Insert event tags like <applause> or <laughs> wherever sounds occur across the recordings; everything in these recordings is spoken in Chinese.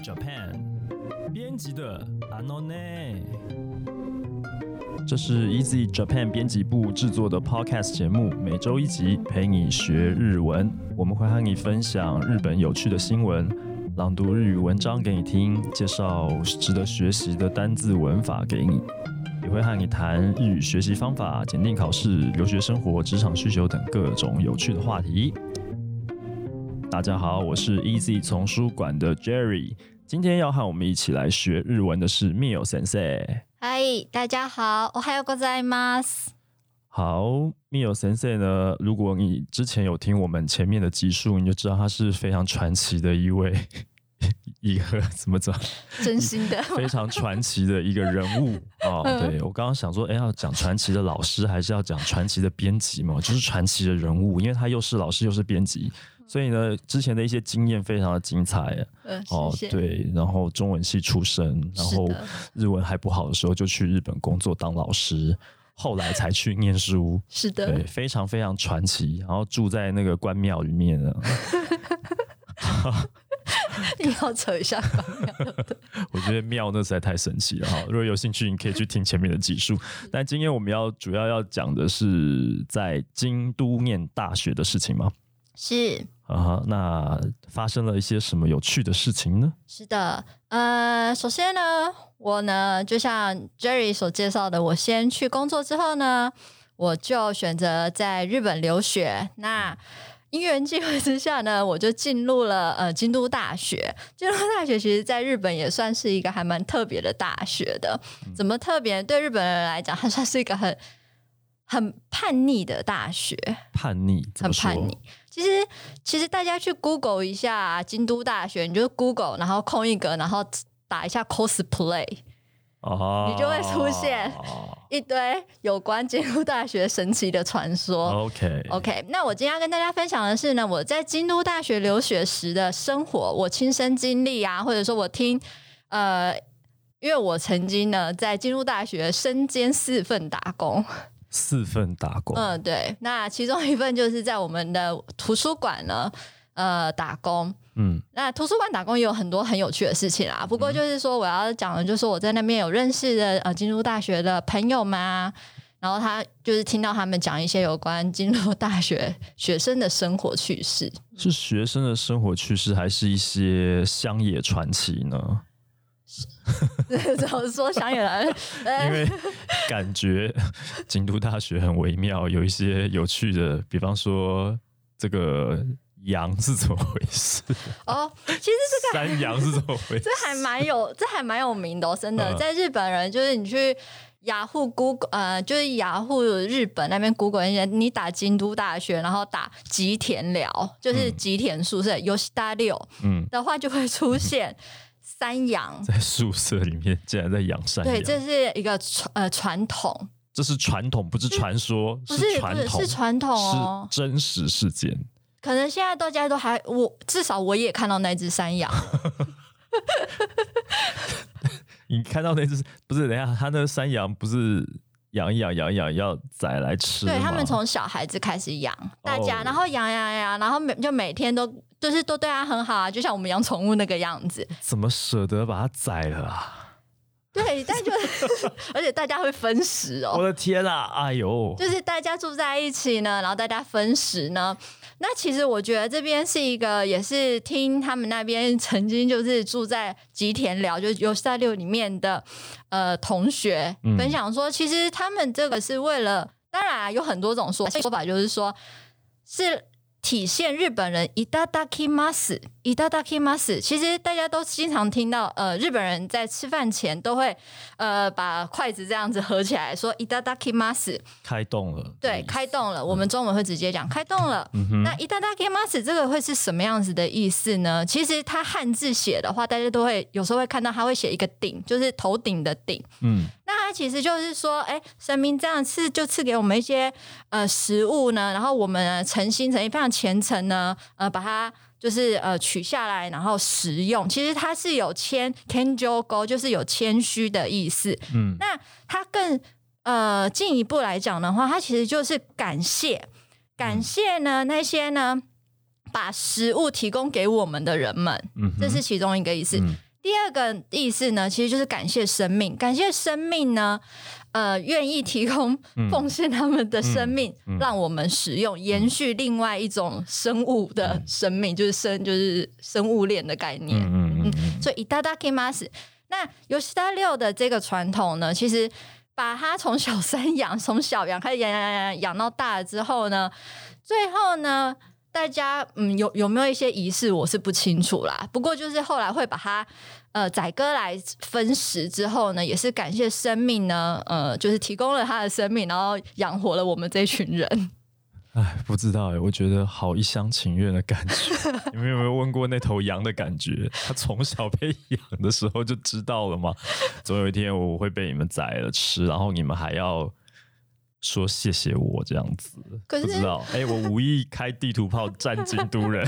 Japan 编辑的 Anone。这是 Easy Japan 编辑部制作的 Podcast 节目，每周一集，陪你学日文。我们会和你分享日本有趣的新闻，朗读日语文章给你听，介绍值得学习的单字文法给你，也会和你谈日语学习方法、检定考试、留学生活、职场需求等各种有趣的话题。大家好，我是 Easy 丛书馆的 Jerry，今天要和我们一起来学日文的是 Mio Sensei。嗨，大家好，我还有ございます。好，Mio Sensei 呢？如果你之前有听我们前面的集数，你就知道他是非常传奇的一位 <laughs> 一个怎么讲， <laughs> 真心的， <laughs> 非常传奇的一个人物哦。对我刚刚想说，哎，要讲传奇的老师，还是要讲传奇的编辑嘛？就是传奇的人物，因为他又是老师又是编辑，所以呢，之前的一些经验非常的精彩嗯，哦谢。谢。对，然后中文系出身，然是后的日文还不好的时候，就去日本工作当老师。后来才去念书，是对，的，非常非常传奇。然后住在那个关庙里面啊 <laughs> 呢， <laughs> 你要扯一下吧。我觉得庙那实在太神奇了哈。如果有兴趣，你可以去听前面的集数。但今天我们要主要要讲的是在京都念大学的事情嘛。是啊哈，那发生了一些什么有趣的事情呢？是的，呃，首先呢，我呢，就像 Jerry 所介绍的，我先去工作之后呢，我就选择在日本留学。那因缘际会之下呢，我就进入了呃京都大学。京都大学其实在日本也算是一个还蛮特别的大学的。怎么特别？对日本人来讲，它算是一个很很叛逆的大学。叛逆，怎很么说叛逆。其实，其实大家去 Google 一下啊京都大学，你就 Google，然后空一格，然后打一下 cosplay，哦，你就会出现一堆有关京都大学神奇的传哦说。 OK， OK，那我今天要跟大家分享的是呢，我在京都大学留学时的生活，我亲身经历啊，或者说我听，呃，因为我曾经呢在京都大学身兼四份打工，四份打工，嗯，对，那其中一份就是在我们的图书馆呢，呃，打工。嗯那图书馆打工也有很多很有趣的事情啊。不过就是说，我要讲的就是我在那边有认识的呃京都大学的朋友们啊，然后他就是听到他们讲一些有关京都大学学生的生活 <laughs> 趣事。是学生的生活趣事，还是一些乡野传奇呢？怎么说想也来，因呃，为感觉京都大学很微妙，有一些有趣的，比方说这个羊是怎么回 <laughs> 事，哦，其实这个山羊是怎么回事这还蛮有，这还蛮有名的、哦，真的，嗯在日本人就是你去。雅虎 Google 呃，就是雅虎日本那边 Google 一些，你打京都大学，然后打吉田寮，就是嗯吉田宿舍有西大六嗯，的话，就会出现 <laughs> 山羊。在宿舍里面竟然在养山羊，对，这是一个传呃传统，这是传统，不是传说，不是不传是统，是传统哦。是真实事件。可能现在大家都还我至少我也看到那只山羊，你看到那只不是？等一下，他那个山羊不是养一养养一养要宰来吃对吗他们从小孩子开始养大家，哦然后养养养，然后每就每天都就是都对他很好啊，就像我们养宠物那个样子。怎么舍得把它宰了啊？对，但就 <laughs> 而且大家会分食我哦，的天啊！哎呦，就是大家住在一起呢，然后大家分食呢。那其实我觉得这边是一个，也是听他们那边曾经就是住在吉田寮，就是游三六里面的呃同学嗯分享说，其实他们这个是为了，当然、啊、有很多种说说法，就是说是体现日本人 itadakimasu itadakimasu。其实大家都经常听到，呃，日本人在吃饭前都会呃把筷子这样子合起来说 itadakimasu，开动了，对，开动了。我们中文会直接讲开动了。嗯哼，那 itadakimasu 这个会是什么样子的意思呢？其实它汉字写的话，大家都会有时候会看到它会写一个顶，就是头顶的顶。嗯。那它其实就是说，哎，神明这样赐就赐给我们一些呃食物呢，然后我们呢诚心诚意非常虔诚呢，呃，把它就是呃取下来，然后食用。其实它是有谦 kenjo go，就是有谦虚的意思。嗯那它更呃进一步来讲的话，它其实就是感谢，感谢呢那些呢把食物提供给我们的人们，嗯哼，这是其中一个意思。嗯第二个意思呢，其实就是感谢生命，感谢生命呢，呃，愿意提供嗯奉献他们的生命，嗯嗯嗯让我们使用，延续另外一种生物的生命，就是生就是生物链的概念。嗯嗯嗯所以 i t a d a k i m a s 那尤西达六的这个传统呢，其实把它从小山羊，从小羊开始养养养养养到大了之后呢，最后呢，大家嗯有有没有一些仪式，我是不清楚啦。不过就是后来会把它呃宰割来分食之后呢，也是感谢生命呢，呃，就是提供了他的生命，然后养活了我们这群人。嗯，哎，不知道哎，我觉得好一厢情愿的感觉。 <laughs> 你们有没有问过那头羊的感觉？它从小被养的时候就知道了吗？总有一天我会被你们宰了吃，然后你们还要。说谢谢我这样子，可是不知道哎、我无意开地图炮占京都人，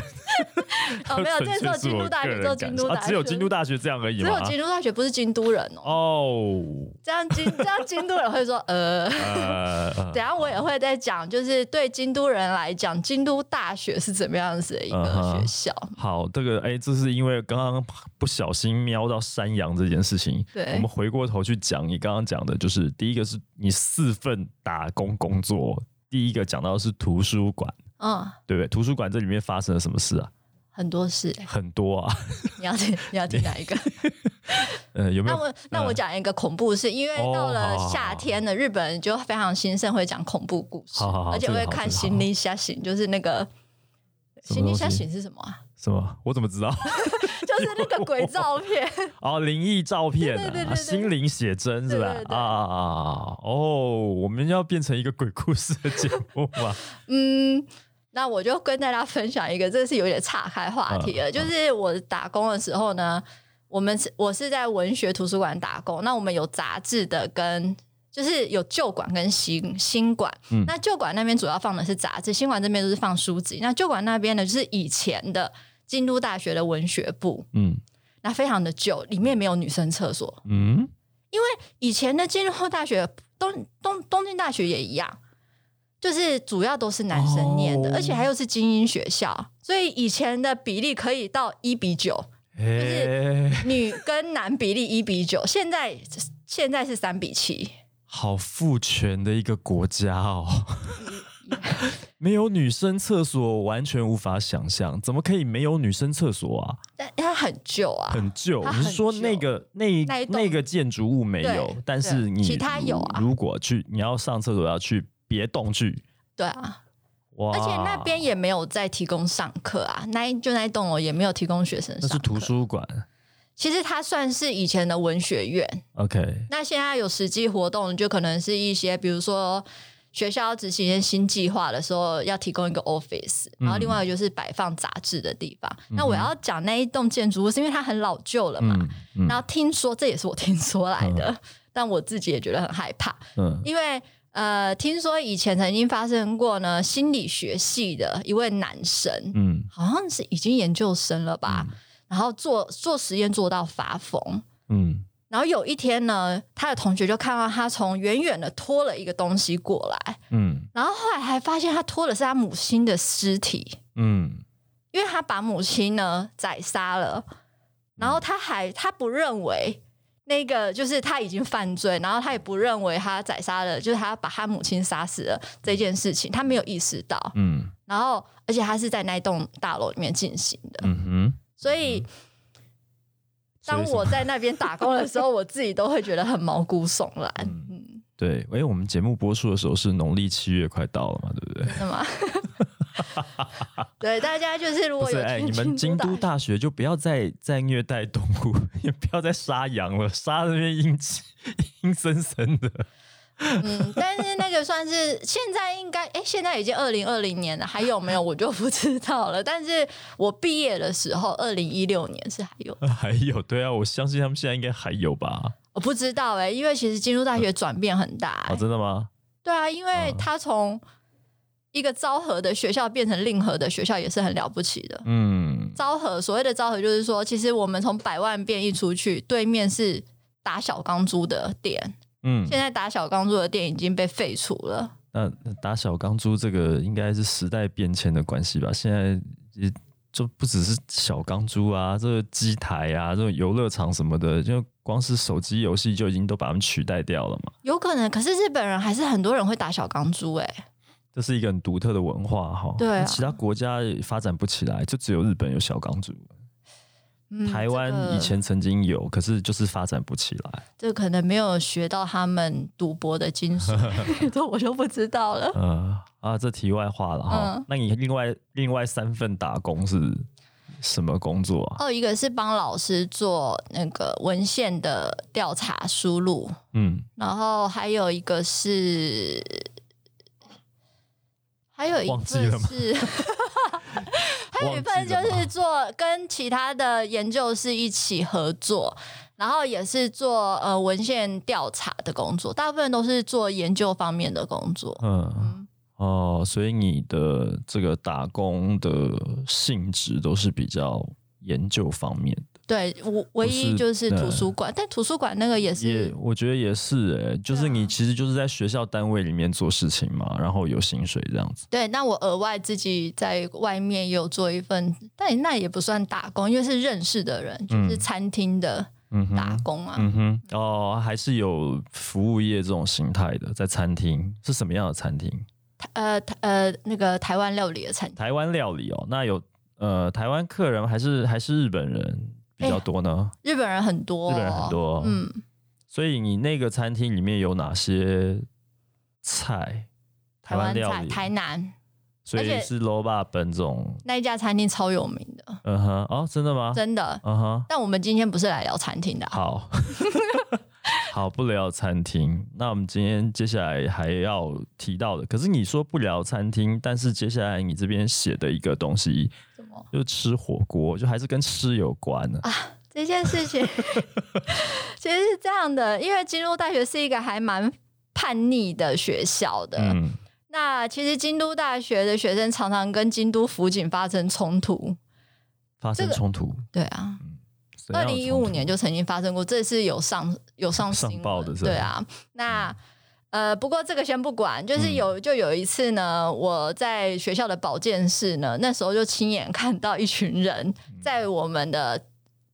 <laughs> <laughs> 哦，没有，这时候京都大学，只有京都大学，啊，只有京都大学这样而已啊只吗有？京都大学不是京都人哦哦，这样京这样京都人会说呃，呃，等一下我也会再讲，就是对京都人来讲，京都大学是怎么样子的一嗯个哼学校？好，这个哎，这是因为刚刚不小心瞄到山羊这件事情。对我们回过头去讲你刚刚讲的，就是第一个是你四份打工工作，第一个讲到的是图书馆，嗯，对不对？图书馆这里面发生了什么事啊？很多事、很多啊， <laughs> 你 <laughs> 要听你要听哪一个？呃，有没那有？我那我讲一个恐怖事，因为哦到好了好夏好天了，日本人就非常兴盛，会讲恐怖故事，哦好好好而且这个会好看这个《好心灵虾醒》，就是那个《什么心灵东虾西醒》是什么啊？ <laughs> 什么？我怎么知道？ <laughs> 就是那个鬼照片，哦，灵异照片对对对对啊，对心灵写真是吧对对？对啊啊啊啊！哦，我们要变成一个鬼故事的节目吗？ <laughs> 嗯，那我就跟大家分享一个，这是有点岔开话题了。嗯就是我打工的时候呢，我们是我是在文学图书馆打工，那我们有杂志的跟。就是有旧馆跟新新馆，嗯那旧馆那边主要放的是杂志，新馆这边就是放书籍。那旧馆那边呢，就是以前的京都大学的文学部，嗯那非常的旧，里面没有女生厕所，嗯，以前的京都大学、东东东京大学也一样，就是主要都是男生念的，哦而且还有是精英学校，所以以前的比例可以到一比九，哎，女 <laughs> 跟男比例一比九，现在现在是三比七。好父权的一个国家哦， <laughs> 没有女生厕所我完全无法想象，怎么可以没有女生厕所啊？但它很旧啊，很旧，它你是说很旧那个那那一栋那个建筑物没有对，但是对你其他如有啊如果去你要上厕所要去别动去，对啊，哇！而且那边也没有在提供上课啊，那一就那一栋楼也没有提供学生那上是课。图书馆其实它算是以前的文学院， ，OK，那现在有实际活动，就可能是一些，比如说学校执行一些新计划的时候，要提供一个 office，然后另外一个就是摆放杂志的地方。那我要讲那一栋建筑物，是因为它很老旧了嘛。嗯嗯然后听说，这也是我听说来的，嗯但我自己也觉得很害怕，嗯因为呃，听说以前曾经发生过呢，心理学系的一位男生，嗯好像是已经研究生了吧，然后做做实验做到发疯。嗯然后有一天呢，他的同学就看到他从远远的拖了一个东西过来，嗯然后后来还发现他拖的是他母亲的尸体，嗯因为他把母亲呢宰杀了，然后他还他不认为那个就是他已经犯罪，然后他也不认为他宰杀了，就是他把他母亲杀死了这件事情，他没有意识到，嗯然后而且他是在那一栋大楼里面进行的，嗯哼，所以。所以当什么我在那边打工的时候，我自己都会觉得很毛骨悚然。嗯，对，哎，我们节目播出的时候是农历七月快到了嘛，对不对？是吗？ <laughs> 对，大家就是如不果是有哎、听你们京都大大学就不要再再虐待动物， <laughs> 也不要再杀羊了，杀的那边阴气 <laughs> 阴森森的。嗯，但是那个算是现在应该哎、现在已经二零二零年了，还有没有我就不知道了。但是我毕业的时候，二零一六年是还有， <laughs> 还有，对啊，我相信他们现在应该还有吧？我不知道哎、因为其实京都大学转变很大、哎哦，真的吗？对啊，因为嗯它从一个昭和的学校变成令和的学校，也是很了不起的。嗯，昭和所谓的昭和，就是说，其实我们从百万变一出去，对面是打小钢珠的店，嗯现，在打小钢珠的店已经被废除了。那那打小钢珠这个应该是时代变迁的关系吧？现在也就不只是小钢珠啊，这个机台啊，这种游乐场什么的，就光是手机游戏就已经都把它们取代掉了嘛。有可能，可是日本人还是很多人会打小钢珠、欸，哎，这是一个很独特的文化哈。对啊那其他国家也发展不起来，就只有日本有小钢珠，嗯台湾以前曾经有，可是就是发展不起来。这个、这可能没有学到他们赌博的精髓，这我就不知道了。嗯啊，这题外话了哈。嗯那你另外另外三份打工是什么工作啊？哦，一个是帮老师做那个文献的调查输入，嗯，然后还有一个是，还有一忘份记了吗 <laughs> 是，还有一份就忘记了是吧做跟其他的研究室一起合作，然后也是做呃文献调查的工作，大部分都是做研究方面的工作。嗯嗯，哦，所以你的这个打工的性质都是比较研究方面的，对，我唯一就是不是图书馆，但图书馆那个也也是啊我觉得也是诶、就是你其实就是在学校单位里面做事情嘛，然后有薪水这样子。对。那我额外自己在外面也有做一份，但那也不算打工，因为是认识的人，就是嗯餐厅的嗯哼，打工啊。嗯哼，哦，还是有服务业这种形态的，在餐厅是什么样的餐厅？呃台呃那个台湾料理的餐厅，台湾料理哦，那有呃台湾客人还是还是日本人比较多呢？日本人很多、日本人很，多、哦，哎嗯，所以你那个餐厅里面有哪些菜？台湾湾料菜，理，台南所而以且是罗巴本种。那一家餐厅超有名的，嗯哼，哦，真的吗？真的。嗯哼，但我们今天不是来聊餐厅的啊、好， <laughs> 好，不聊餐厅。那我们今天接下来还要提到的，可是你说不聊餐厅，但是接下来你这边写的一个东西什么？就是吃火锅，就还是跟吃有关的、啊这件事 <laughs> 情其实是这样的，因为京都大学是一个还蛮叛逆的学校的。嗯，那其实京都大学的学生常常跟京都辅警发生冲突。发生冲突。对啊，怎二样的零一冲五突年就曾经发生过，这是有上有上上新闻报的是吧对啊。那呃，不过这个先不管，就是嗯有就有一次呢，我在学校的保健室呢，那时候就亲眼看到一群人在我们的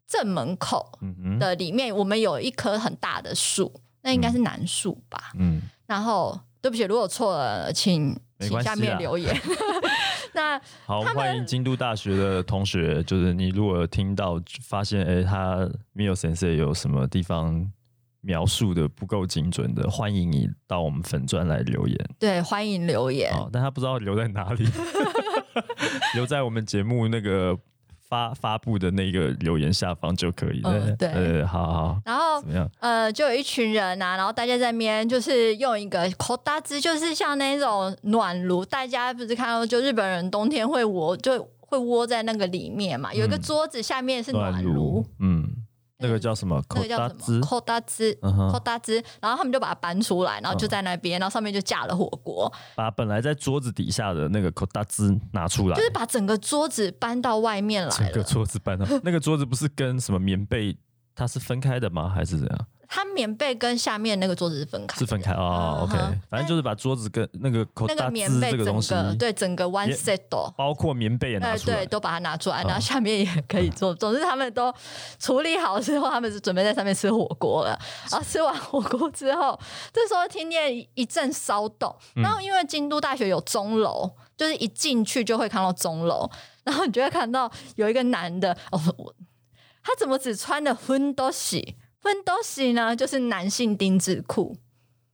正门口嗯哼，的里面，我们有一棵很大的树，那应该是楠树吧？嗯，然后对不起，如果错了，请没请关系下啊面留言。 <laughs> 那好，欢迎京都大学的同学，就是你如果听到发现，哎、他没有 sensei 有什么地方描述的不够精准的，欢迎你到我们粉专来留言。对，欢迎留言。好，哦但他不知道留在哪 <laughs> 里，留在我们节目那个发发布的那个留言下方就可以了。嗯对呃，好好，然后怎么样？呃，就有一群人啊，然后大家在那边就是用一个口搭子，就是像那种暖炉，大家不是看到就日本人冬天会窝就会窝在那个里面嘛，有一个嗯桌子下面是暖炉，炉，嗯，那个叫什么？那个叫什么？口搭子。嗯扣哼，嗯搭子，然后他们就把它搬出来，然后就在那边，然后上面就架了火锅，把本来在桌子底下的那个口大兹拿出来，就是把整个桌子搬到外面来哎整个了。桌子搬到那个桌子不是跟什么棉被它是分开的吗？还是怎样？它棉被跟下面那个桌子是分开的，是分开哦、嗯 o k 嗯反正就是把桌子跟那个口那大个棉兹被这个东整西，个对整个 one 也 set 哦包括棉被也拿哎，出来，对，都把它拿出来，嗯然后下面也可以做。总之，他们都处理好之后，他们是准备在上面吃火锅了。然后吃完火锅之后，这时候听见一阵骚动。嗯然后因为京都大学有钟楼，就是一进去就会看到钟楼，然后你就会看到有一个男的，哦，我他怎么只穿的 f u n d o s i f u n d o s i 呢，就是男性丁字裤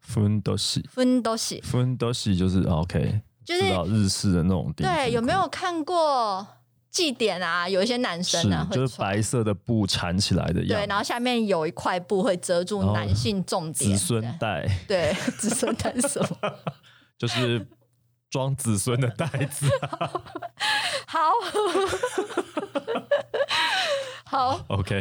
分都洗， f u n d o s i 分都洗就是哦 OK，就是知道日式的那种钉子对，有没有看过祭典啊？有一些男是生啊，会就是穿。白色的布缠起来的对，样然子，后下面有一块布会遮住然后男性重点哦子孙带 <laughs> 对 <laughs> 子孙带什么？就是装子孙的袋子。好 <laughs> 好， <laughs> OK，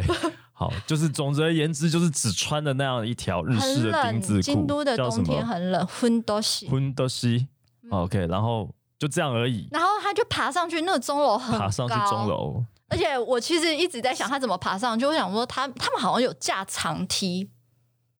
好，就是总而言之，就是只穿的那样一条日式的很钉冷子，裤，京都的叫什冬么天很嗯冷，昏都洗。婚都西，OK，然后就这样而已，然后他就爬上去，那个钟楼很爬上去高钟，楼，而且我其实一直在想他怎么爬上去。我想说他他们好像有架长梯，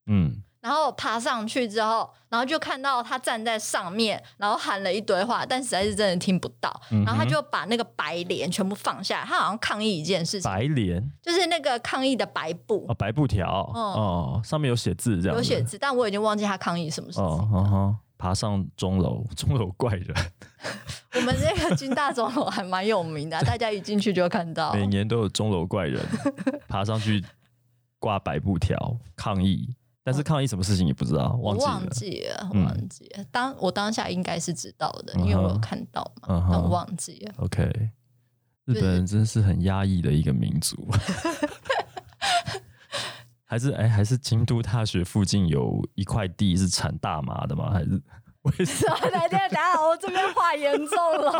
嗯，然后爬上去之后，然后就看到他站在上面，然后喊了一堆话，但实在是真的听不到。嗯然后他就把那个白帘全部放下来，他好像抗议一件事情，白莲就是那个抗议的白布哦，白布条哦，上面有写字这样子，嗯有写字，但我已经忘记他抗议什么事情。哦，嗯哼，爬上钟楼，钟楼怪人，我们这个金大总统还蛮有 <laughs> 名的啊、大家一进去就看到。每年都有钟楼怪人 <laughs> 爬上去挂白布条抗议，但是抗议什么事情也不知道，我忘记忘了。记了，嗯忘记了。当我当下应该是知道的，嗯哼因为我有看到嘛，嗯但我哼忘记了。 ，OK，日就是本人真是很压抑的一个民 <laughs> 族。还是哎，还是京都大学附近有一块地是产大麻的吗？还 <laughs> 是为什啊等一下等一下，我这边话严重了，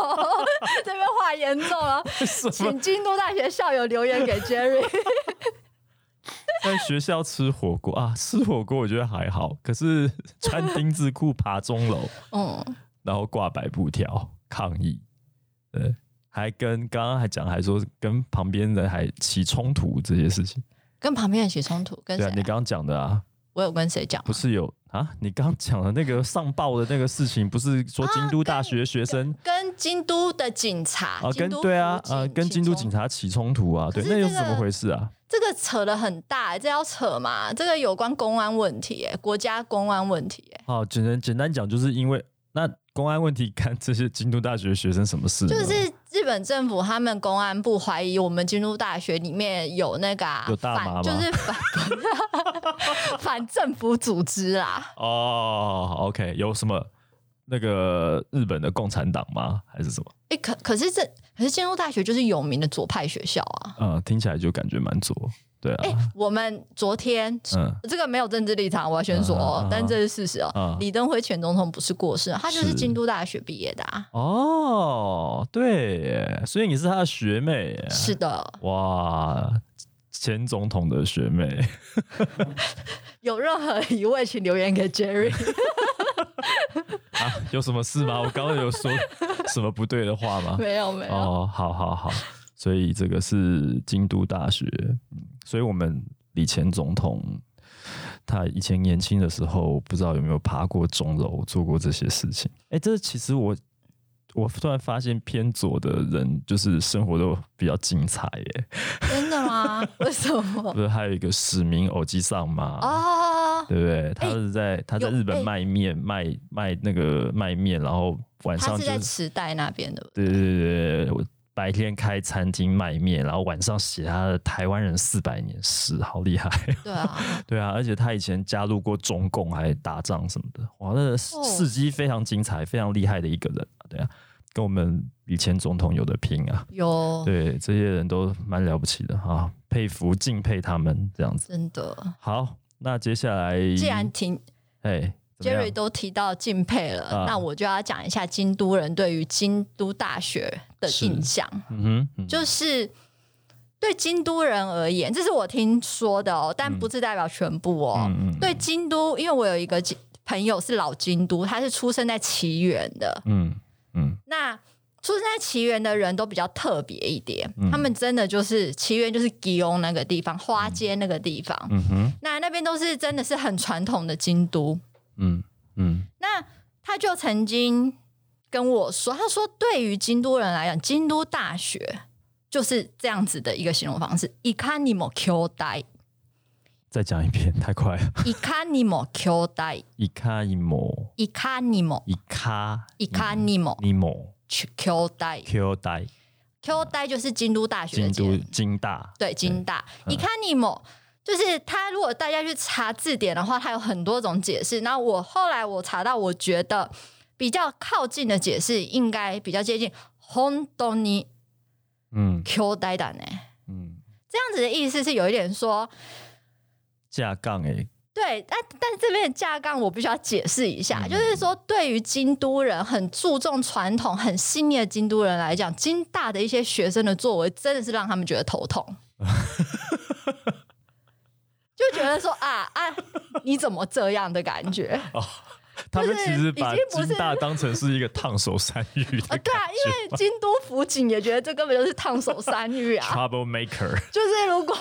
这边话严重了，为什么请京都大学校友留言给 Jerry。在学校吃火锅啊？吃火锅我觉得还好，可是穿丁字裤爬钟楼，嗯，然后挂白布条抗议，对，还跟刚刚还讲还说跟旁边人还起冲突这些事情，跟旁边人起冲突，跟对谁啊，啊、你刚刚讲的啊，我有跟谁讲吗？不是有啊？你刚刚讲的那个上报的那个事情，不是说京都大学学生跟京都的警察啊跟京都对啊府啊跟京都警察，察起冲突啊？对，可是那又这是怎么个哎回事啊？这个扯得很大、这要扯嘛？这个有关公安问题、欸，国家公安问题、欸，好，简单简单讲，就是因为那公安问题干这些京都大学学生什么事呢？就是日本政府他们公安部怀疑我们京都大学里面有那个、啊、有大麻吗反就是反 <laughs> 反政府组织啊啦。哦，OK，有什么那个日本的共产党吗？还是什么？哎、可可是这可是京都大学就是有名的左派学校啊。嗯，听起来就感觉蛮左，对啊，哎、我们昨天、嗯，这个没有政治立场，我要先说哦，嗯嗯嗯但这是事实哦。嗯李登辉前总统不是过世，他就是是京都大学毕业的啊。哦，对耶，所以你是他的学妹耶，是的，哇，前总统的学妹， <laughs> 有任何疑问请留言 <laughs> 给 Jerry。啊，有什么事吗？我刚刚有说什么不对的话吗？没有没有，哦，好好好，所以这个是京都大学，嗯所以我们李前总统。他以前年轻的时候，不知道有没有爬过钟楼，做过这些事情。哎、这其实我我突然发现，偏左的人就是生活都比较精彩耶。真的吗？为什 <laughs> 么？不是还有一个史明偶机上吗？哦，对不对？他是在、他在有日哎本卖面、卖卖那个卖面，然后晚他上是就在是池袋那边的。对对对对，我白天开餐厅卖面，然后晚上写他的台湾人四百年史，好厉害！对啊， <laughs> 对啊，而且他以前加入过中共，还打仗什么的，哇，那个事哦事迹非常精彩，非常厉害的一个人啊，对啊，跟我们以前总统有的拼啊，有对，这些人都蛮了不起的啊，佩服敬佩他们这样子。真的。好，那接下来，既然提哎怎么 Jerry 样都提到敬佩了，啊那我就要讲一下京都人对于京都大学的是印象。嗯哼，嗯就是对京都人而言，这是我听说的哦，但不是代表全部哦。嗯嗯对京都，因为我有一个京朋友是老京都，他是出生在奇缘的。嗯嗯那出生在奇缘的人都比较特别一点，嗯他们真的就是奇缘，就是吉翁那个地方，花街那个地方，嗯哼，那那边都是真的是很传统的京都。嗯嗯那他就曾经跟我说，他说对于京都人来讲，京都大学就是这样子的一个形容方式。いかにも京大，再讲一遍，太快了。いかにも京大，伊卡伊摩，いかにも伊卡いかにも尼摩京大， Q 大京大就是京都大学京的都简京大，对京大，いかにも。就是它，如果大家去查字典的话，它有很多种解释。然后我后来我查到，我觉得比较靠近的解释应该比较接近本当に嗯京大だね。嗯，欸这样子的意思是有一点说，架杠欸诶，对，但但这边的架杠我必须要解释一下，嗯就是说对于京都人很注重传统、很细腻的京都人来讲，京大的一些学生的作为真的是让他们觉得头 <laughs> 痛。 <laughs> 就觉得说啊啊，你怎么这样的感觉？他们其实已经把不金是大当成是一个烫手山芋的 <laughs> 啊，感对啊，因为京都府警也觉得这根本就是烫手山芋 <laughs> 啊。 trouble maker。就是如果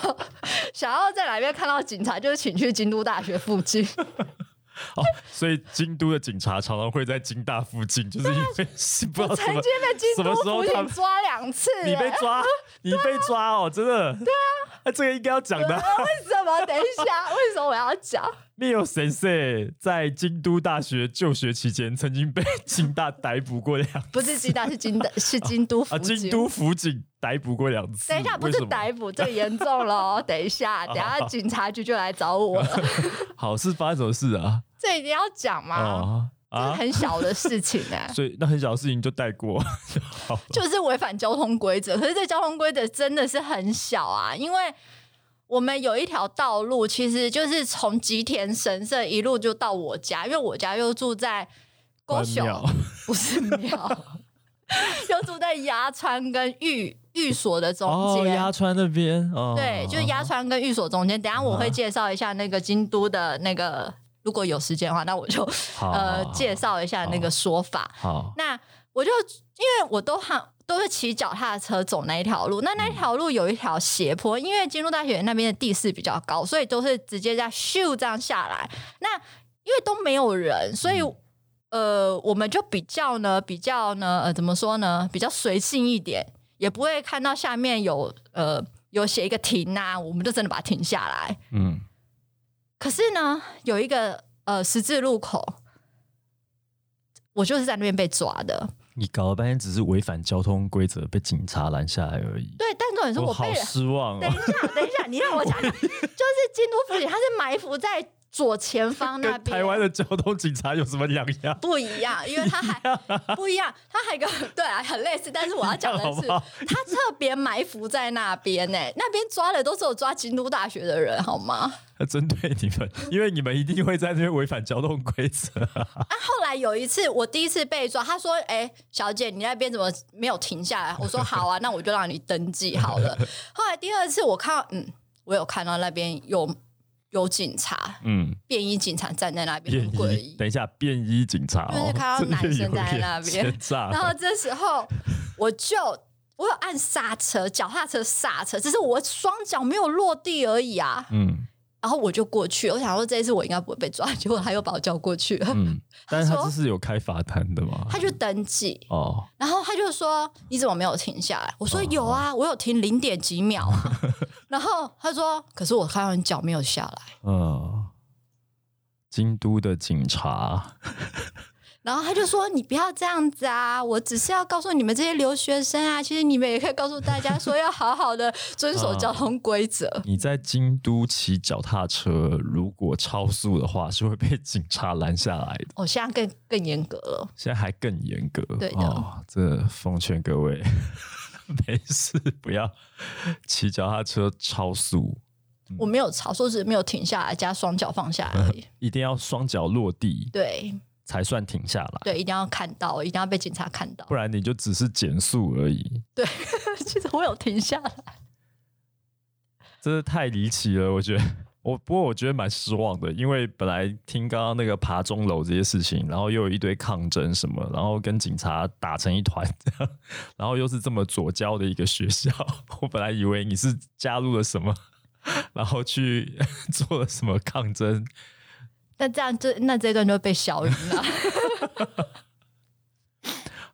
想要在哪边看到警察，就是请去京都大学附近。哦，所以京都的警察常常会在京大附近，就是因啊为是 <laughs> 不知道我曾什么经被京什么都时候府他警们抓两次、欸，你被抓，你被抓哦，真的。对啊，那这个应该要讲的啊。为什么？等一下， <laughs> 为什么我要讲？ Mio 先生在京都大学就学期间，曾经被 <laughs> 京大逮捕过两不是京大，是京的，是京都府啊，警。京都府警逮捕过两次。等一下，不为是什么逮捕，这个严重了 <laughs> 哦。等一下，等一下警察局就来找 <laughs> 我了，好是发生什么事啊？这一定要讲吗？哦这是啊，很小的事情 <laughs> 哎、所以那很小的事情就带过。好就是违反交通规则。可是这交通规则真的是很小啊，因为我们有一条道路，其实就是从吉田神社一路就到我家，因为我家又住在高关雄，庙不是庙， <laughs> 又住在鸭川跟玉玉所的中哦，间。鸭川那边哦，对，就是鸭川跟玉所中间。等一下嗯我会介绍一下那个京都的那个，如果有时间的话，那我就好呃介。绍一下那个说法。好，那我就因为我都哈都是骑脚踏车走那一条路，那那一条路有一条斜坡，因为京都大学那边的地势比较高，所以都是直接这样咻这样下来。那因为都没有人，所以、呃，我们就比较呢，比较呢，呃，怎么说呢，比较随性一点，也不会看到下面有呃有写一个停啊，我们就真的把它停下来。嗯，可是呢，有一个呃十字路口，我就是在那边被抓的。你搞了半天只是违反交通规则被警察拦下来而已。对，但重点是我我哦被好哦人。失望等一哦，下，等一下，你让我讲讲，就是京都府警，他是埋伏在左前方那跟边。台湾的交通警察有什么两样？不一样，因为他还不一样，他还有一个对啊，很类似，但是我要讲的啊好是，不好他特别埋伏在那边呢、那边抓的都是有抓京都大学的人，好吗？他 <laughs> 针对你们，因为你们一定会在这边违反交通规则。啊，后来有一次我第一次被抓，他说：“哎、小姐，你那边怎么没有停下来？”我说：“好啊，那我就让你登记好了。”后来第二次我看到，嗯，我有看到那边有有警察，嗯，便衣警察站在那边，便很诡衣，异。等一下，便衣警察哦，就是看到男生在那这边个有点奸诈哦然后这时候我就我有按刹车，脚踏车刹车，只是我双脚没有落地而已啊。嗯然后我就过去，我想说这一次我应该不会被抓， <laughs> 结果他又把我叫过去了。嗯，但是他他说这是有开罚单的嘛？他就登记，哦，然后他就说：“你怎么没有停下来？”我说：“哦有啊，我有停零点几秒啊。” <laughs> 然后他说：“可是我看到你脚没有下来。嗯，京都的警察，”然后他就说：“你不要这样子啊，我只是要告诉你们这些留学生啊，其实你们也可以告诉大家说要好好的遵守交通规则。你在京都骑脚踏车，如果超速的话，是会被警察拦下来的。 <laughs> 哦，现在更更严格了。现在还更严格，对的哦，这奉劝各位， <laughs> 没事不要骑脚踏车超速，我没有吵，说是没有停下来，加双脚放下来 <laughs> 而已。一定要双脚落地对才算停下来，对，一定要看到，一定要被警察看到不。然你就只是减速而已。对， <laughs> 其实我有停下来。真的太离奇了，我觉得。我不过我觉得蛮失望的，因为本来听刚刚那个爬钟楼这些事情，然后又有一堆抗争什么，然后跟警察打成一团这样，然后又是这么左交的一个学校，我本来以为你是加入了什么，然后去 <laughs> 做了什么抗争，那这样这那这段就被消音了。 <laughs>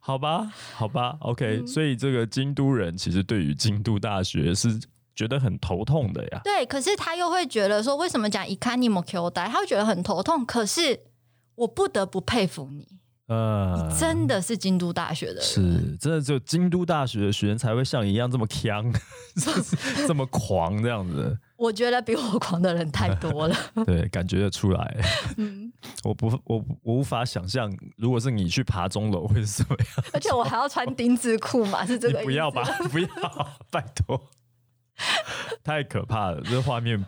好吧，好吧，OK，、所以这个京都人其实对于京都大学是觉得很头痛的呀，对，可是他又会觉得说，为什么讲伊卡尼莫 Q 代，他会觉得很头痛。可是我不得不佩服你，呃，真的是京都大学的人。是，真的只有京都大学的学生才会像你一样这么强， <laughs> 就是这么狂这样子，我觉得比我 <laughs> 狂的人太多了。对，感觉得出来。嗯， <laughs> 我不，我不我无法想象，如果是你去爬钟楼会是什么样，而且我还要穿丁字裤嘛，是这你个意思不要吧， <laughs> 不要，拜托，太可怕了，这画面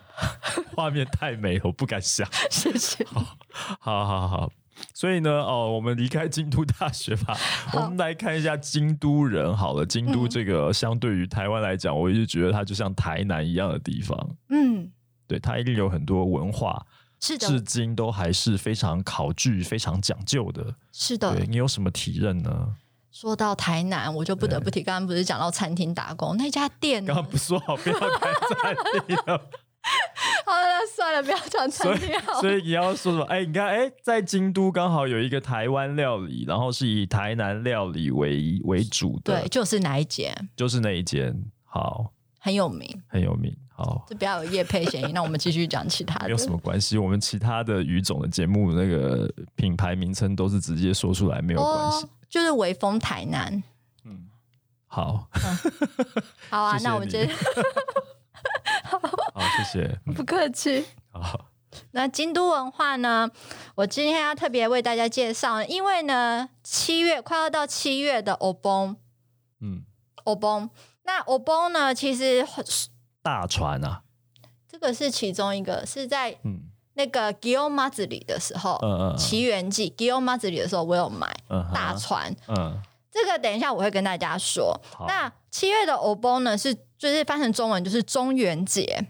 画面太美了，我不敢想。谢谢。好好好，所以呢，哦，我们离开京都大学吧，我们来看一下京都人好了。京都这个相对于台湾来讲，我一直觉得它就像台南一样的地方，嗯，对，它一定有很多文化是的，至今都还是非常考据、非常讲究的。是对的。你有什么体认嗯呢？说到台南，我就不得不提，刚刚不是讲到餐厅打工那家店呢？刚刚不说好不要开餐厅 <laughs> 了，好了，算了，不要讲所餐厅好以了。所以你要说什么？哎、你看，哎、在京都刚好有一个台湾料理，然后是以台南料理为为主对，的，就是哪一间就是那一间，好，很有名，很有名，好。这不要有叶配嫌疑。那我们继续讲其他没的有。什么关系，我们其他的语种的节目那个品牌名称都是直接说出来，没有关系。哦，就是微风台南。嗯，好， <laughs> 好啊，谢谢那我们你接好，谢谢。嗯不客气。好，那京都文化呢？我今天要特别为大家介绍，因为呢，七月快要到七月的欧崩嗯，欧崩，那欧崩呢，其实大船啊，这个是其中一个，是在嗯那个 g i o m a z 里的时候，嗯嗯，奇缘记 g i o m a z 里的时候，我有买嗯哼大船。嗯，这个等一下我会跟大家说。好，那七月的欧崩呢，是就是翻成中文就是中元节。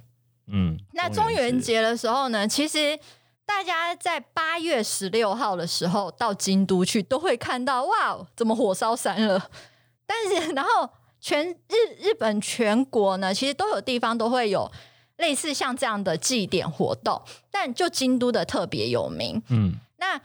嗯，那中元，节的时候呢，其实大家在八月十六号的时候到京都去，都会看到哇，哦怎么火烧山了？但是然后全日日本全国呢，其实都有地方都会有类似像这样的祭典活动，但就京都的特别有名。嗯那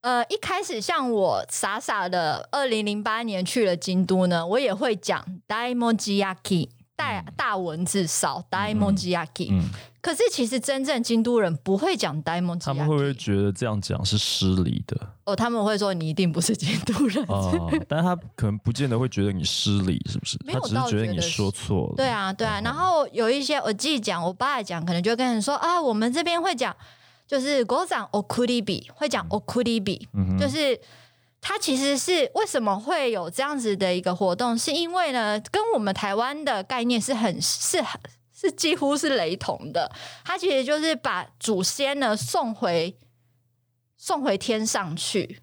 呃，一开始像我傻傻的，二零零八年去了京都呢，我也会讲 daimojiyaki 大大蚊子烧 daimojiyaki，、嗯，可是其实真正京都人不会讲 daimojiyaki，他们会不会觉得这样讲是失礼的哦，他们会说你一定不是京都人。 <laughs> 哦，但他可能不见得会觉得你失礼，是不是？没他有只是到觉得觉你得说错了。对，啊，对啊，然后有一些我自己讲，我爸讲，可能就会跟人说啊，我们这边会讲，就是国长哦 okuribi 会讲哦 okuribi，嗯哼，就是它其实是为什么会有这样子的一个活动，是因为呢，跟我们台湾的概念是很是很是几乎是雷同的。它其实就是把祖先呢送回送回天上去，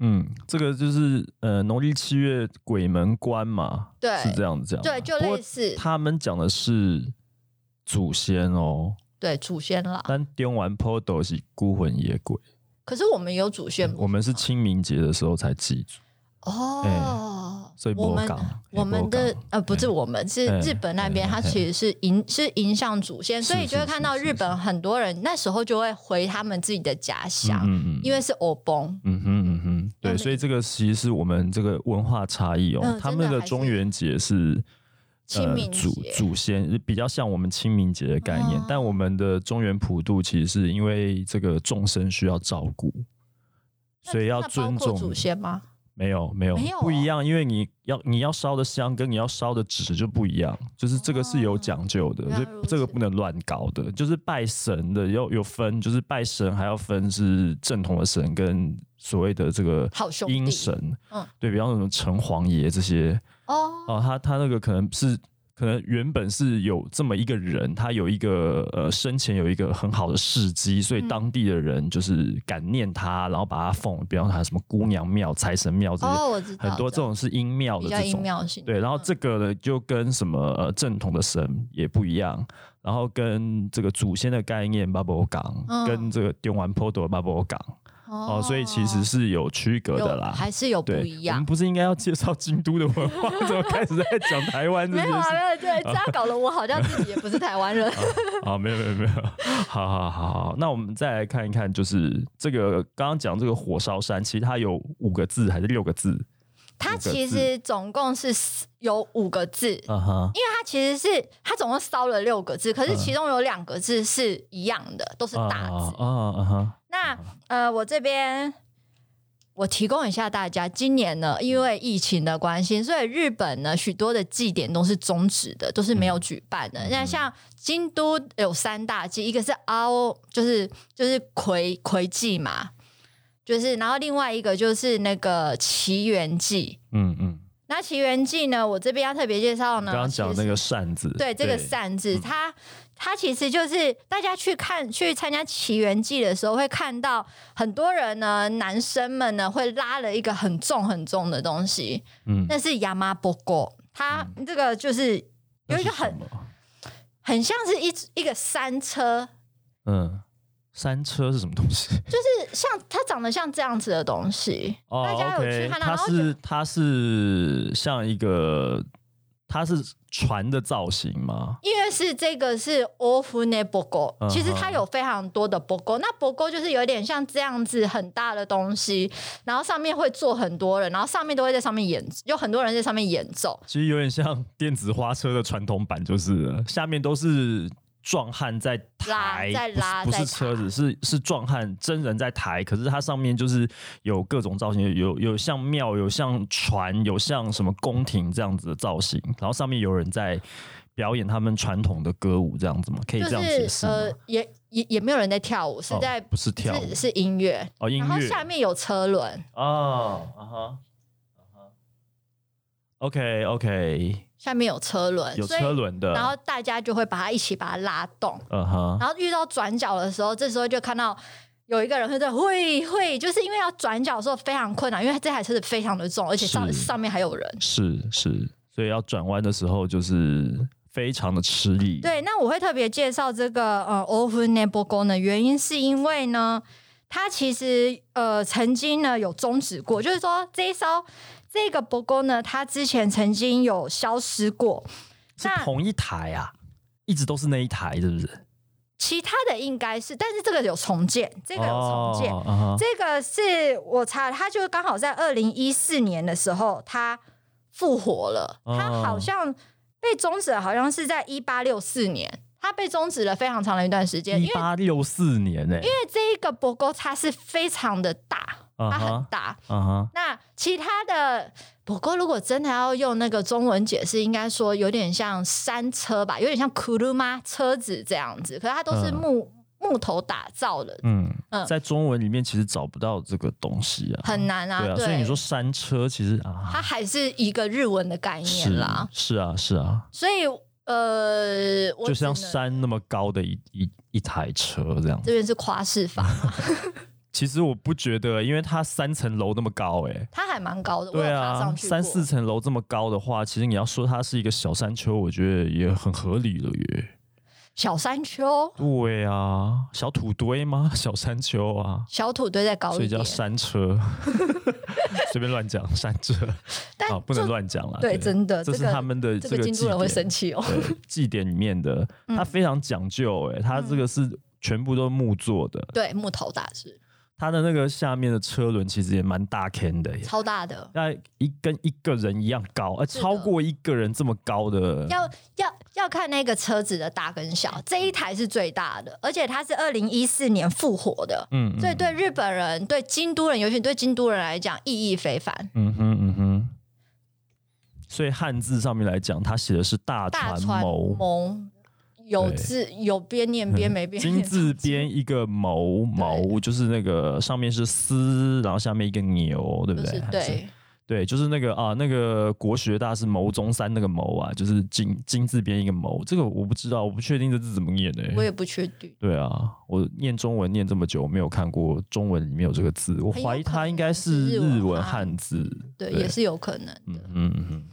嗯，这个就是呃，农历七月鬼门关嘛，对是这样子讲吗。对，就不过类似他们讲的是祖先哦，对祖先啦。但丢完 PODO 是孤魂野鬼，可是我们有祖先嗯我们是清明节的时候才祭祖，哦，哎所以哎我不们讲。我们的呃不是嗯我们是嗯日本那边，嗯它嗯其实是迎是迎向祖先，是所以就会是看到是日本很多人那时候就会回他们自己的家乡，嗯嗯因为是欧崩，嗯哼嗯哼，那对，每所以这个其实是我们这个文化差异哦。嗯他真们的的还中是元节是呃清明祖节祖先比较像我们清明节的概念，哦但我们的中原普渡其实是因为这个众生需要照顾，那所以要那包尊括重祖先吗？没有没有没有不一哦样，因为你要你要烧的香跟你要烧的纸就不一样，就是这个是有哦讲究的，原来就如这个此不能乱搞的。就是拜神的有有分，就是拜神还要分是正统的神跟所谓的这个好兄弟阴神，嗯对比方说什么城隍爷这些哦，哦，他他那个可能是。可能原本是有这么一个人，他有一个呃生前有一个很好的事迹，所以嗯当地的人就是感念他，然后把他奉，比方说他什么姑娘庙、财神庙这些，哦，我知道很多这种是阴庙比的较这阴种，庙嗯性，对，然后这个呢就跟什么呃正统的神也不一样，然后跟这个祖先的概念 bubble 港，嗯跟这个丢完 podo bubble 港哦，所以其实是有区隔的哦有啦。还是有不对，一我们样。不是应该要介绍京都的文化， <laughs> 怎么开始在讲台 <laughs> 湾这没件有啊，事没？有，对，这样搞得我好像自己也不是台湾人。啊，没有没有没有，好好好好，那我们再来看一看，就是这个刚刚讲这个火烧山，其实它有五个字还是六个字？它五个其字实总共是四有五个字，啊哈，因为它其实是它总共烧了六个字，可是嗯其中有两个字是一样的，都是大字。啊啊哈，那呃，我这边我提供一下大家，今年呢，因为疫情的关系，所以日本呢许多的祭典都是终止的，都是没有举办的。嗯那像京都有三大祭，一个是凹，就是就是葵葵祭嘛，就是然后另外一个就是那个奇缘祭。嗯嗯。那奇缘祭呢，我这边要特别介绍呢，刚刚讲其实那个嗯扇子，对这个扇子，它它其实就是大家去看去参加奇缘祭的时候，会看到很多人呢，男生们呢会拉了一个很重很重的东西，嗯，那是亚麻波果，它这个就是有那是一个什很么很像是一一个山车，嗯山车是什么东西？就是像它长得像这样子的东西，哦 <laughs> 大家有去，OK，看到它然后觉是它是像一个，它是船的造型吗？因为是这个是 o f n e b o g o 嗯其实它嗯有非常多的 b o g o 那 b o g o 就是有点像这样子很大的东西，然后上面会坐很多人，然后上面都会在上面演，有很多人在上面演奏。其实有点像电子花车的传统版，就是了下面都是壮汉在抬，拉在拉不是在不是车抬子，是是壮汉真人在抬，可是它上面就是有各种造型，有有像庙，有像船，有像什么宫廷这样子的造型，然后上面有人在表演他们传统的歌舞，这样子吗？可以就这样解释是吗？呃，也也也没有人在跳舞，是在、哦、不是跳舞是是音乐，哦，音然后乐下面有车轮，哦，啊哈，啊哈，OK OK，下面有车轮，有所以车轮的，然后大家就会把它一起把它拉动，嗯哼，然后遇到转角的时候，这时候就看到有一个人会在会会，就是因为要转角的时候非常困难，因为这台车子非常的重，而且上是上面还有人。是是，所以要转弯的时候就是非常的吃力。，对，那我会特别介绍这个呃 o v e r n e b o g o 的原因是因为呢，它其实呃曾经呢有终止过，就是说这一艘这个 b o g o 呢，它之前曾经有消失过。是那同一台啊，一直都是那一台，是不是？其他的应该是，但是这个有重建，这个有重建，哦啊哈这个是我查，它就刚好在二零一四年的时候，它复活了。哦它好像被终止，好像是在一八六四年，它被终止了非常长的一段时间。因一为八六四年欸呢、因为这一个博沟它是非常的大，啊它很哈大。啊哈，那其他的博沟如果真的要用那个中文解释，应该说有点像山车吧，有点像 kuruma 车子这样子，可是它都是嗯木、木头打造的，嗯嗯在中文里面其实找不到这个东西啊，很难啊。对啊，对所以你说山车其实它啊，还是一个日文的概念是啦，是啊是啊，所以呃，我就只像能山那么高的一一一台车这样。这边是夸饰法， <laughs> 其实我不觉得，因为它三层楼那么高、欸，它还蛮高的，我对有爬啊上，去过三四层楼这么高的话，其实你要说它是一个小山丘，我觉得也很合理了耶。小山丘、对啊，小土堆吗？ <laughs> 小山丘啊，小土堆再高所一以点叫，山车。 <laughs> 随便乱讲，山车 <laughs> 但啊，不就能乱讲啦。对，真的，这这是个他们的这个个祭金主人会典生气 <laughs> 哦。嗯对祭典里面 <laughs> 的，它非常讲究哎、它这个是全部都木做的，对，木头大是它的那个下面的车轮其实也蛮大坑的耶。超大的，那一跟一个人一样高，呃，是的超过一个人这么高的，要要要看那个车子的大跟小，这嗯一台是最大的，而且它是二零一四年复活的，嗯，嗯所以对日本人、对京都人，尤其对京都人来讲意义非凡。嗯哼嗯哼。所以汉字上面来讲，他写的是大大船船谋，谋有对嗯字有边念边没边金念，字边一个谋谋，就是那个上面是丝，然后下面一个牛，对不 <laughs> 就对？是还是对对，就是那个啊，那个国学大师牟宗三那个牟啊，就是金金字边一个谋，这个我不知道，我不确定这字怎么念呢、欸我也不确定。对啊，我念中文念这么久，没有看过中文里面有这个字，我很有怀疑可它应能该是是日日文文啊汉字。对，也是有可能的。嗯嗯嗯嗯，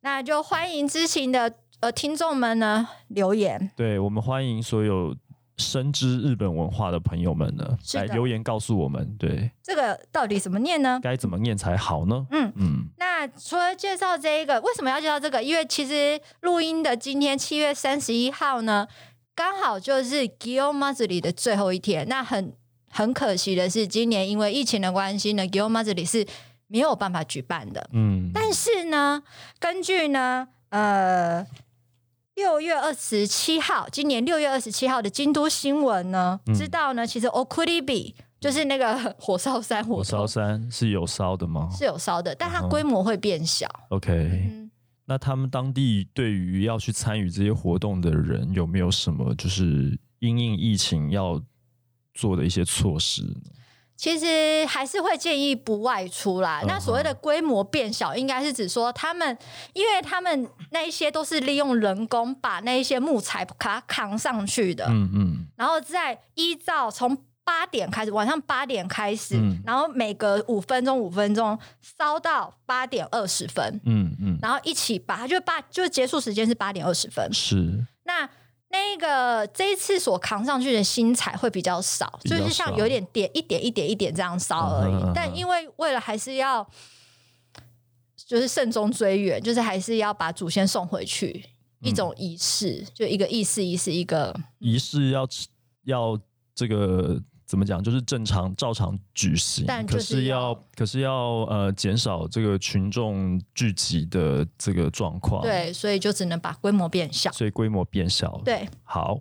那就欢迎知情的呃听众们呢留言，对我们欢迎所有深知日本文化的朋友们呢，是来的留言告诉我们，对这个到底怎么念呢？该怎么念才好呢？嗯嗯，那除了介绍这一个，为什么要介绍这个？因为其实录音的今天七月三十一号呢，刚好就是 g i o m a z u r i 的最后一天。那很很可惜的是，今年因为疫情的关系呢 g i o m a z u r i 是没有办法举办的。嗯，但是呢，根据呢，呃，六月二十七号，今年六月二十七号的京都新闻呢，嗯知道呢，其实 Okuribi 就是那个 <laughs> 火烧山火火烧头山是有烧的吗是有烧的，但它嗯哼规模会变小。 ？OK，、嗯，那他们当地对于要去参与这些活动的人，有没有什么就是因应疫情要做的一些措施呢？其实还是会建议不外出啦。嗯那所谓的规模变小，应该是指说他们，因为他们那一些都是利用人工把那一些木材卡扛上去的，嗯嗯。然后再依照从。八点开始，晚上八点开始，嗯然后每隔五分钟五分钟烧到八点二十分，嗯嗯，然后一起把它就八就结束时间是八点二十分。是那那这个这一次所扛上去的薪彩会比较少，比较就是像少有点点一点一点一点这样烧而嗯已。哼嗯哼但因为为了还是要就是慎终追远，就是还是要把祖先送回去，一种仪式，就一个意思意思一个仪式要吃要这个怎么讲，就是正常照常举行，但可就是是要可是要呃减少这个群众聚集的这个状况，，对，所以就只能把规模变小。所以规模变小，，对，好，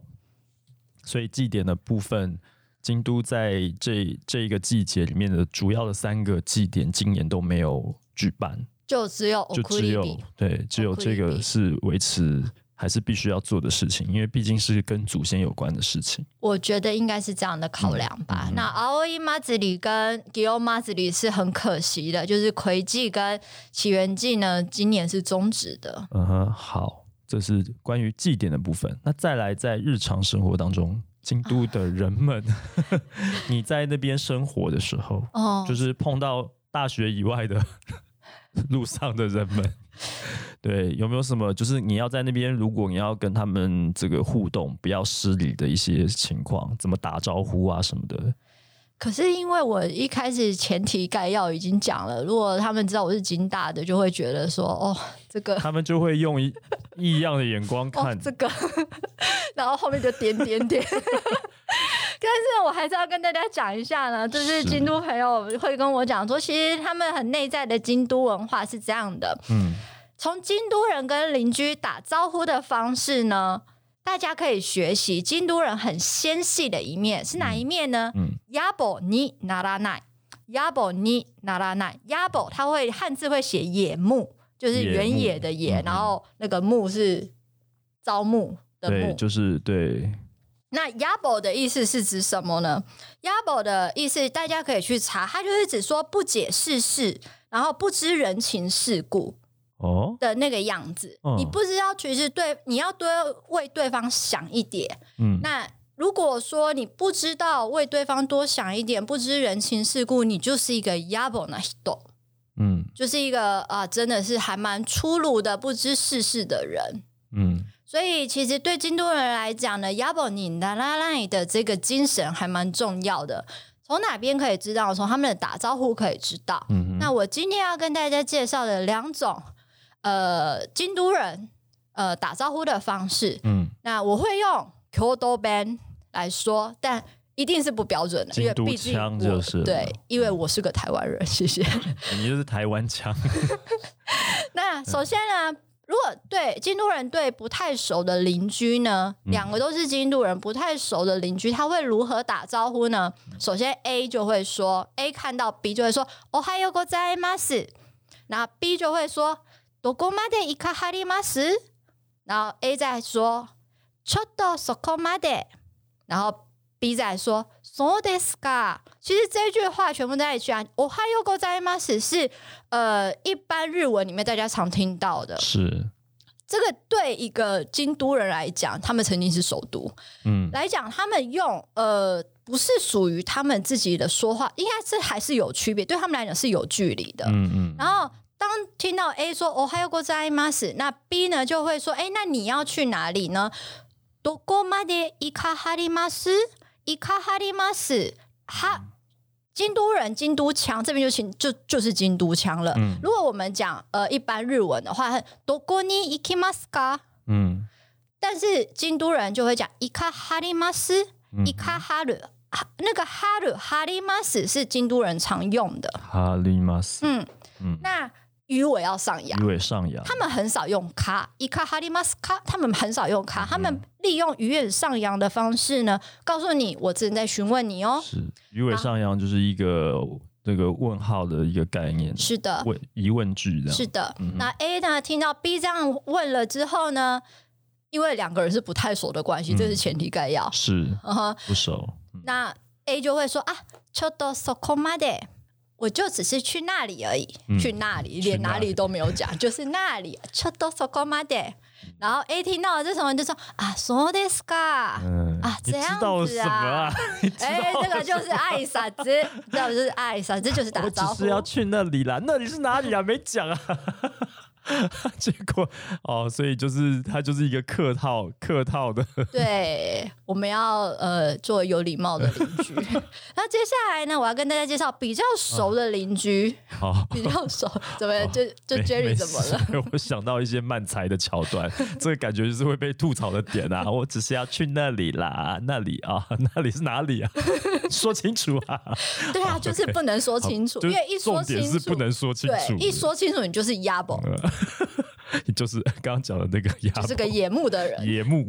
所以祭典的部分。京都在这这一个季节里面的主要的三个祭典，今年都没有举办，就只有就只有 Okuribi 对，只有这个 Okuribi 是维持还是必须要做的事情，因为毕竟是跟祖先有关的事情。我觉得应该是这样的考嗯量吧。那 ROE 马子里跟 g i o 马子里是很可惜的，就是魁记跟起源记呢，今年是终止的。嗯哼，好，这是关于祭典的部分。那再来，在日常生活当中，京都的人 <laughs> 们，你在那边生活的时候，哦，就是碰到大学以外的 <laughs> 路上的人们，对，有没有什么就是你要在那边，如果你要跟他们这个互动，不要失礼的一些情况，怎么打招呼啊什么 <laughs> 的？可是因为我一开始前提概要已经讲了，如果他们知道我是金大的，就会觉得说，哦，这个，他们就会用一异样的眼光哦看，，这个， <laughs> 然后后面就点点 <laughs> 点。但是我还是要跟大家讲一下呢，就是是京都朋友会跟我讲说，其实他们很内在的京都文化是这样的，嗯，从京都人跟邻居打招呼的方式呢，大家可以学习京都人很纤细的一面是哪一面呢？嗯やぼにならない，やぼにならない，やぼ它会汉字会写野木，就是原野的野，野木嗯然后那个木是招募的对，木。就是对，那 yabo 的意思是指什么呢？yabo 的意思大家可以去查，它就是指说不解世事，然后不知人情世故。哦，的那个样子，嗯你不知道其实对你要多为对方想一点。嗯，那如果说你不知道为对方多想一点，不知人情世故，你就是一个 yabo na hito，嗯就是一个啊、真的是还蛮粗鲁的、不知世事的人。嗯所以其实对京都人来讲呢，yabo ni na la la 的这个精神还蛮重要的。从哪边可以知道？从他们的打招呼可以知道。嗯那我今天要跟大家介绍的两种呃京都人呃打招呼的方式，嗯，那我会用 Kyoto ban 来说，但一定是不标准的，因京为都毕竟腔我就是了对，因为我是个台湾人，谢 <laughs> 谢。你就是台湾腔，那首先呢，如果对京都人对不太熟的邻居呢，嗯两个都是京都人，不太熟的邻居，他会如何打招呼呢？首先 A 就会说，A 看到 B 就会说哦“おはようございます”，然后 B 就会说“どこまで行かはります”，然后 A 再说“ちょっとそこまで”，然后 B 再说“そうですか”。其实这句话全部在一起啊，“おはようございます”是呃，一般日文里面大家常听到的， <laughs> 是，这个对一个京都人来讲，他们曾经是首都嗯来讲，他们用呃不是属于他们自己的说话，应该是还是有区别，对他们来讲是有距离的。嗯嗯然后当听到 A 说“哦，还有国在吗？”是那 B 呢就会说：“哎，那你要去哪里呢？”どこまで行かはります？行かはります？哈，京都人京都腔这边就请就就是京都腔了。嗯如果我们讲呃一般日文的话，どこに行きますか？嗯但是京都人就会讲行かはります？嗯行かはる？哈那个哈る哈ります是京都人常用的。哈利马斯，嗯，嗯，那鱼尾要上扬鱼。尾上扬，他们很少用卡伊卡哈利马斯卡，他们很少用卡，他们利用鱼眼上扬的方式呢，告诉你我正在询问你哦。是鱼尾上扬就是一个这个问号的一个概念，是的，问疑问句这样，是的。嗯哼那 A 呢，听到 B 这样问了之后呢，因为两个人是不太熟的关系，嗯这是前提概要。是嗯哼，不熟，那 A 就会说啊，ちょっとそこまで。我就只是去那里而已，嗯去那里去连那哪里里都没有讲，就是那里，ちょっとそこまで。然后 A 听到了这什么就说啊，そうですか。嗯啊你这知样道了子什么啊啊？你知哎、道这了个就是爱傻子，这个就是爱傻子，就是打我只招呼是。要去那里啦，那里是哪里啊？没讲啊， <laughs> 结果哦，所以就是它就是一个客套客套的， <laughs> 对，我们要呃做有礼貌的邻 <laughs> 居。那接下来呢，我要跟大家介绍比较熟的 <laughs> 邻居，好。比较熟怎么就就哦没 Jerry 没怎么了？事 <laughs> 我想到一些慢才的桥段，这个感觉就是会被吐槽的点啊！我只是要去那里啦，那里啊， <laughs> 那里是哪里啊？ <laughs> 说清楚啊！ <laughs> 对啊，就是不能说清楚，哦就因是为一说重点清是楚，不能说清楚嗯对，，一说清楚你就是鸭宝，就是刚刚讲的那个鸭就是个野木的人。野木。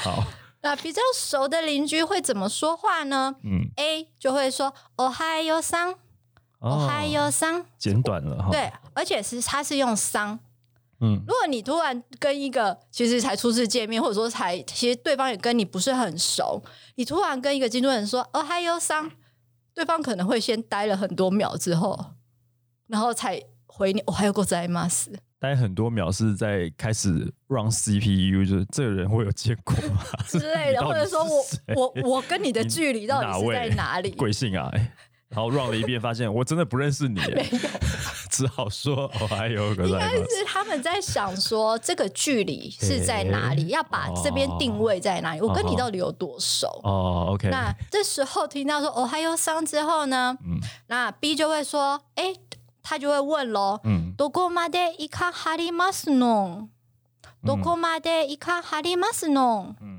好，那比较熟的邻居会怎么说话呢嗯， ？A 就会说“哦嗨哟桑， <laughs> 哦哦，嗨哟桑简短了”，哈。，对，而且是他是用“桑”。嗯，如果你突然跟一个其实才初次见面，或者说才其实对方也跟你不是很熟，你突然跟一个京都人说“哦嗨哟桑”，对方可能会先呆了很多秒之后，然后才回你“哦还有ございます待很多秒是在开始让 CPU，就是这个人会有结果吗？”之类 <laughs> 你的，到或底者说我是谁 <laughs> 我我跟你的距离到底是在你哪里？贵姓啊？哎然后 run 了一遍，发现我真的不认识你， <laughs> 只好说哦，还有个应在该是他们在想说这个距离是在哪里，诶要把这边定位在哪里，我啊跟你到底有多熟？哦，OK，那这时候听到说“哦还有桑”之后呢，嗯那 B 就会说：“哎，他就会问喽，嗯，どこまで行かはりますの？どこまで行かはりますの？”嗯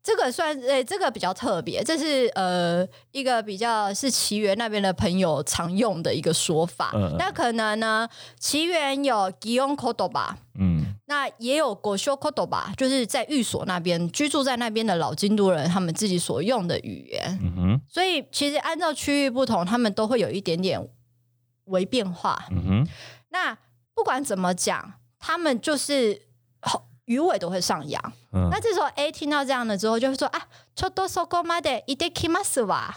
这个算呃、这个比较特别，这是呃一个比较是奇缘那边的朋友常用的一个说法。嗯嗯那可能呢，奇缘有 g i o n k o d o b a 嗯那也有 g o s h o k o d o b a 就是在寓所那边居住在那边的老京都人他们自己所用的语言。嗯哼所以其实按照区域不同，他们都会有一点点微变化。嗯哼，那不管怎么讲，他们就是后鱼尾都会上扬。嗯那这时候 A 听到这样的之后，就会说啊，ちょっとそこまでいてきますわ。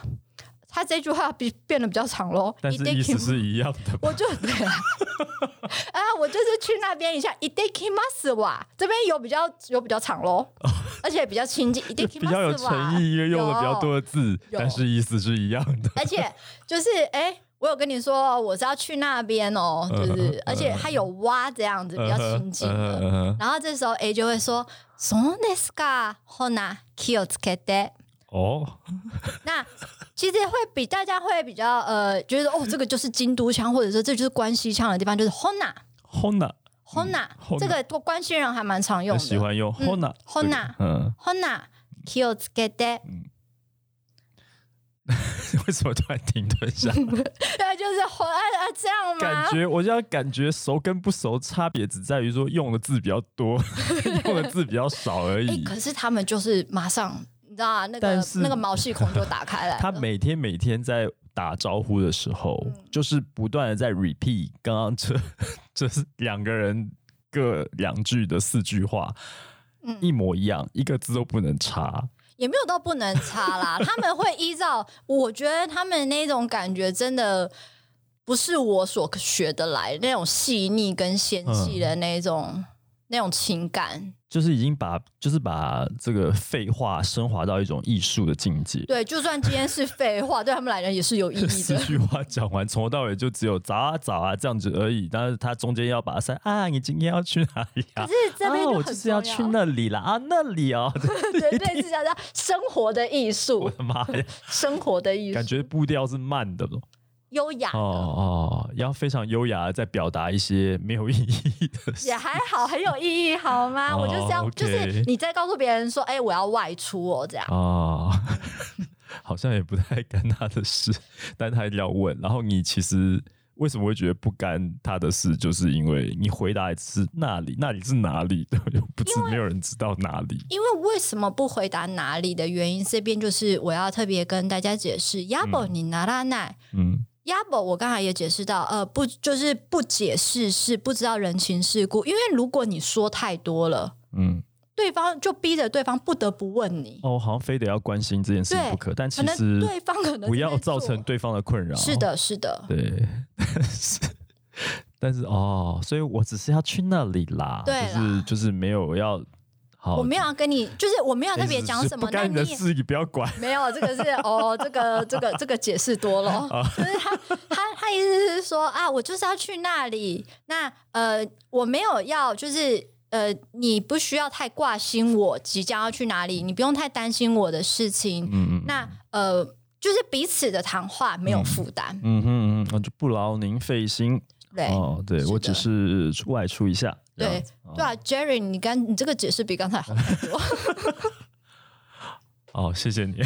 他这句话比变得比较长喽，但い是て意き思ます是一样 <laughs> 的吧，我就对啊，啊，我就是去那边一下，いてきますわ。这边有比较有比较长喽，而且比较亲近，いて就哦 <laughs> き比ますわ。较有诚意，因为用了比较多的字，有但是意思是一样 <laughs> 的。而且就是哎、诶我有跟你说哦我是要去那边哦，就是、嗯而且他有挖这样子比较亲近的。嗯哼嗯哼然后这时候 A 就会说そうですか、ほな気をつけて。 <laughs> 哦，那其实会比大家会比较呃，觉得哦，这个就是京都腔，或者说这就是关西腔的地方，就是嗯 Hona 好呢， Hona，、 Hona 这个关西人还蛮常用我的。喜欢用 Hona 这个 Hona 嗯， <laughs> Hona 気をつけて，为什么突然停顿一下？ <laughs> 对，就是 Hona 啊这样吗感？觉我就要感觉熟跟不熟差别只在于说用的字比较多， <laughs> 用的字比较少而哎、已。可是他们就是马上，你知道啊，那嗯但个是那个毛细孔就打开来了。他每天每天在打招呼的时候，嗯就是不断的在 repeat 刚刚这 <laughs> 这是两个人各两句的四句话，嗯一模一样，一个字都不能差。也没有到不能差 <laughs> 啦，他们会依照，我觉得他们那种感觉真的不是我所学得来那种细腻跟纤细的那种、嗯那种情感，就是已经把就是把这个废话升华到一种艺术的境界。对，就算今天是废话，对他们来讲也是有意 <laughs> 义四的。句话讲完，从头到尾就只有早啊早啊这样子而已。但是他中间要把它塞啊，你今天要去哪里啊可？是这边啊，我很就是重要去那里啦啊，那里 <laughs> 哦，对，类似叫做生活的艺 <laughs> 我术，的妈 <laughs> 呀，生活的艺术，感觉步调是慢的咯。优雅哦的，哦，要非常优雅的在表达一些没有意义的事也。还好，很有意义，好吗？我就是要哦，就 OK 是你在告诉别人说，哎，我要外出哦，这样。哦， <laughs> 好像也不太干他的事，但他一定要问。然后你其实为什么会觉得不干他的事，就是因为你回答是那里，那里是哪里，又不知没有人知道哪里。因为为什么不回答哪里的原因，这边就是我要特别跟大家解释。亚宝你拿拉奈，嗯亚宝我刚才也解释到，呃，不就是不解释是不知道人情世故，因为如果你说太多了，嗯，对方就逼着对方不得不问你，哦，好像非得要关心这件事情不可，但可其能实对方可能不要这边做造成对方的困扰。是，的，是的，对， <laughs> 但是。但是哦，所以我只是要去那里啦，对就是啦就是没有要好，哎我没有要跟你，就是我没有特别讲什么，不那干你你的也事，你不要 <laughs> 管。没有，这个是哦，这个这个这个解释多了，哦就是他他他意思是说啊，我就是要去那里，那呃，我没有要就是。呃，你不需要太挂心我即将要去哪里，你不用太担心我的事情。嗯嗯那呃，就是彼此的谈话没有负担，嗯哼嗯哼，我就不劳您费心。对、哦，对是的我只是出外出一下。这样对子哦对啊，Jerry，你刚你这个解释比刚才好很 <laughs> 多。哦，谢谢你。 <laughs>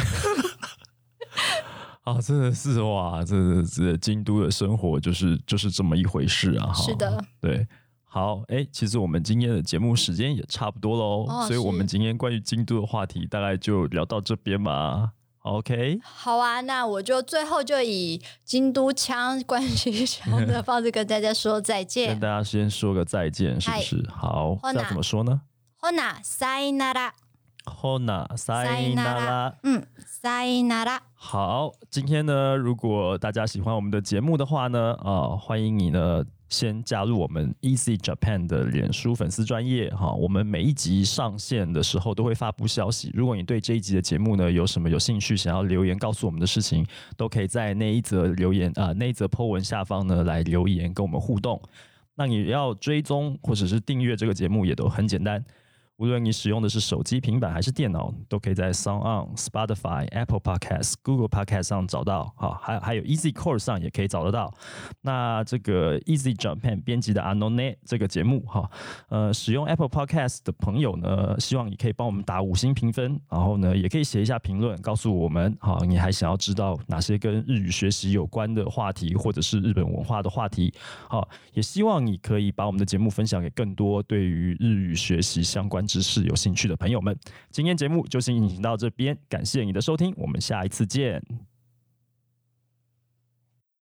哦，真的是哇，这这京都的生活就是就是这么一回事啊！哈是的，对。好，哎，其实我们今天的节目时间也差不多喽，哦所以我是们今天关于京都的话题大概就聊到这边吧。OK，好啊，那我就最后就以京都腔、关西腔的方式跟大家说再跟见。大家先说个再见，是不是？好，ほな要怎么说呢ほな、さいなら。 ？Hona s a さよな嗯，さいなら。好，今天呢，如果大家喜欢我们的节目的话呢，啊、欢迎你呢先加入我们 Easy Japan 的脸书粉丝专业哈。我们每一集上线的时候都会发布消息。如果你对这一集的节目呢有什么有兴趣，想要留言告诉我们的事情，都可以在那一则留言啊、那一则 po 文下方呢来留言跟我们互动。那你要追踪或者是订阅这个节目也都很简单，无论你使用的是手机、平板还是电脑，都可以在 Sound On、Spotify、Apple Podcasts、Google Podcasts 上找到。好，还还有 Easy Core 上也可以找得到。那这个 Easy Japan 编辑的 Anone 这个节目，哈，呃，使用 Apple Podcast 的朋友呢，希望你可以帮我们打五星评分，然后呢，也可以写一下评论，告诉我们，好，你还想要知道哪些跟日语学习有关的话题，或者是日本文化的话题，好，也希望你可以把我们的节目分享给更多对于日语学习相关知识有兴趣的朋友们。今天节目就先进行到这边，感谢你的收听，我们下一次见，